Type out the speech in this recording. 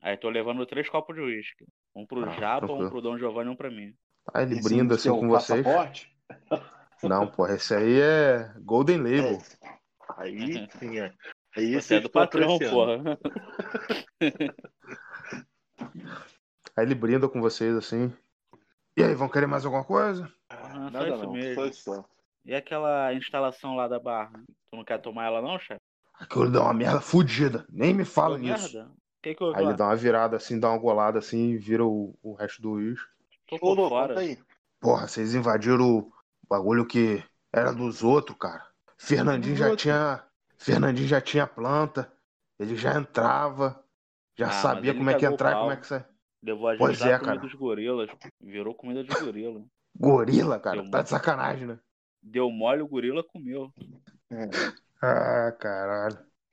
Aí tô levando três copos de uísque. Um pro Ah, Japa, um tranquilo. pro Dom Giovanni e um pra mim. Ah, ele Esse brinda é o assim seu com vocês. passaporte? Não, porra, esse aí é Golden Label. Aí sim, é. Aí Uhum. Você é tá do patrão, porra. Aí ele brinda com vocês assim. E aí, vão querer mais alguma coisa? Ah, só Nada isso não, mesmo. só isso. só. E aquela instalação lá da barra? Tu não quer tomar ela não, chefe? Aquilo dá uma merda fudida. Nem me fala Ô, nisso. merda. O que que houve Aí lá? ele dá uma virada assim, dá uma golada assim e vira o, o resto do uísque. Tô Ô, por Lô, fora. conta aí. Porra, vocês invadiram o bagulho que era dos outros, cara. Fernandinho Dos já outros. tinha. Fernandinho já tinha planta. Ele já entrava. Já Ah, mas sabia ele como é que cagou o entrar, pau. como é que sai. Levou a gente Pois lá é, comida cara. dos gorilas. Virou comida de gorila. Gorila, cara. Deu Tá mole. de sacanagem, né? Deu mole, o gorila comeu. Ah, caralho.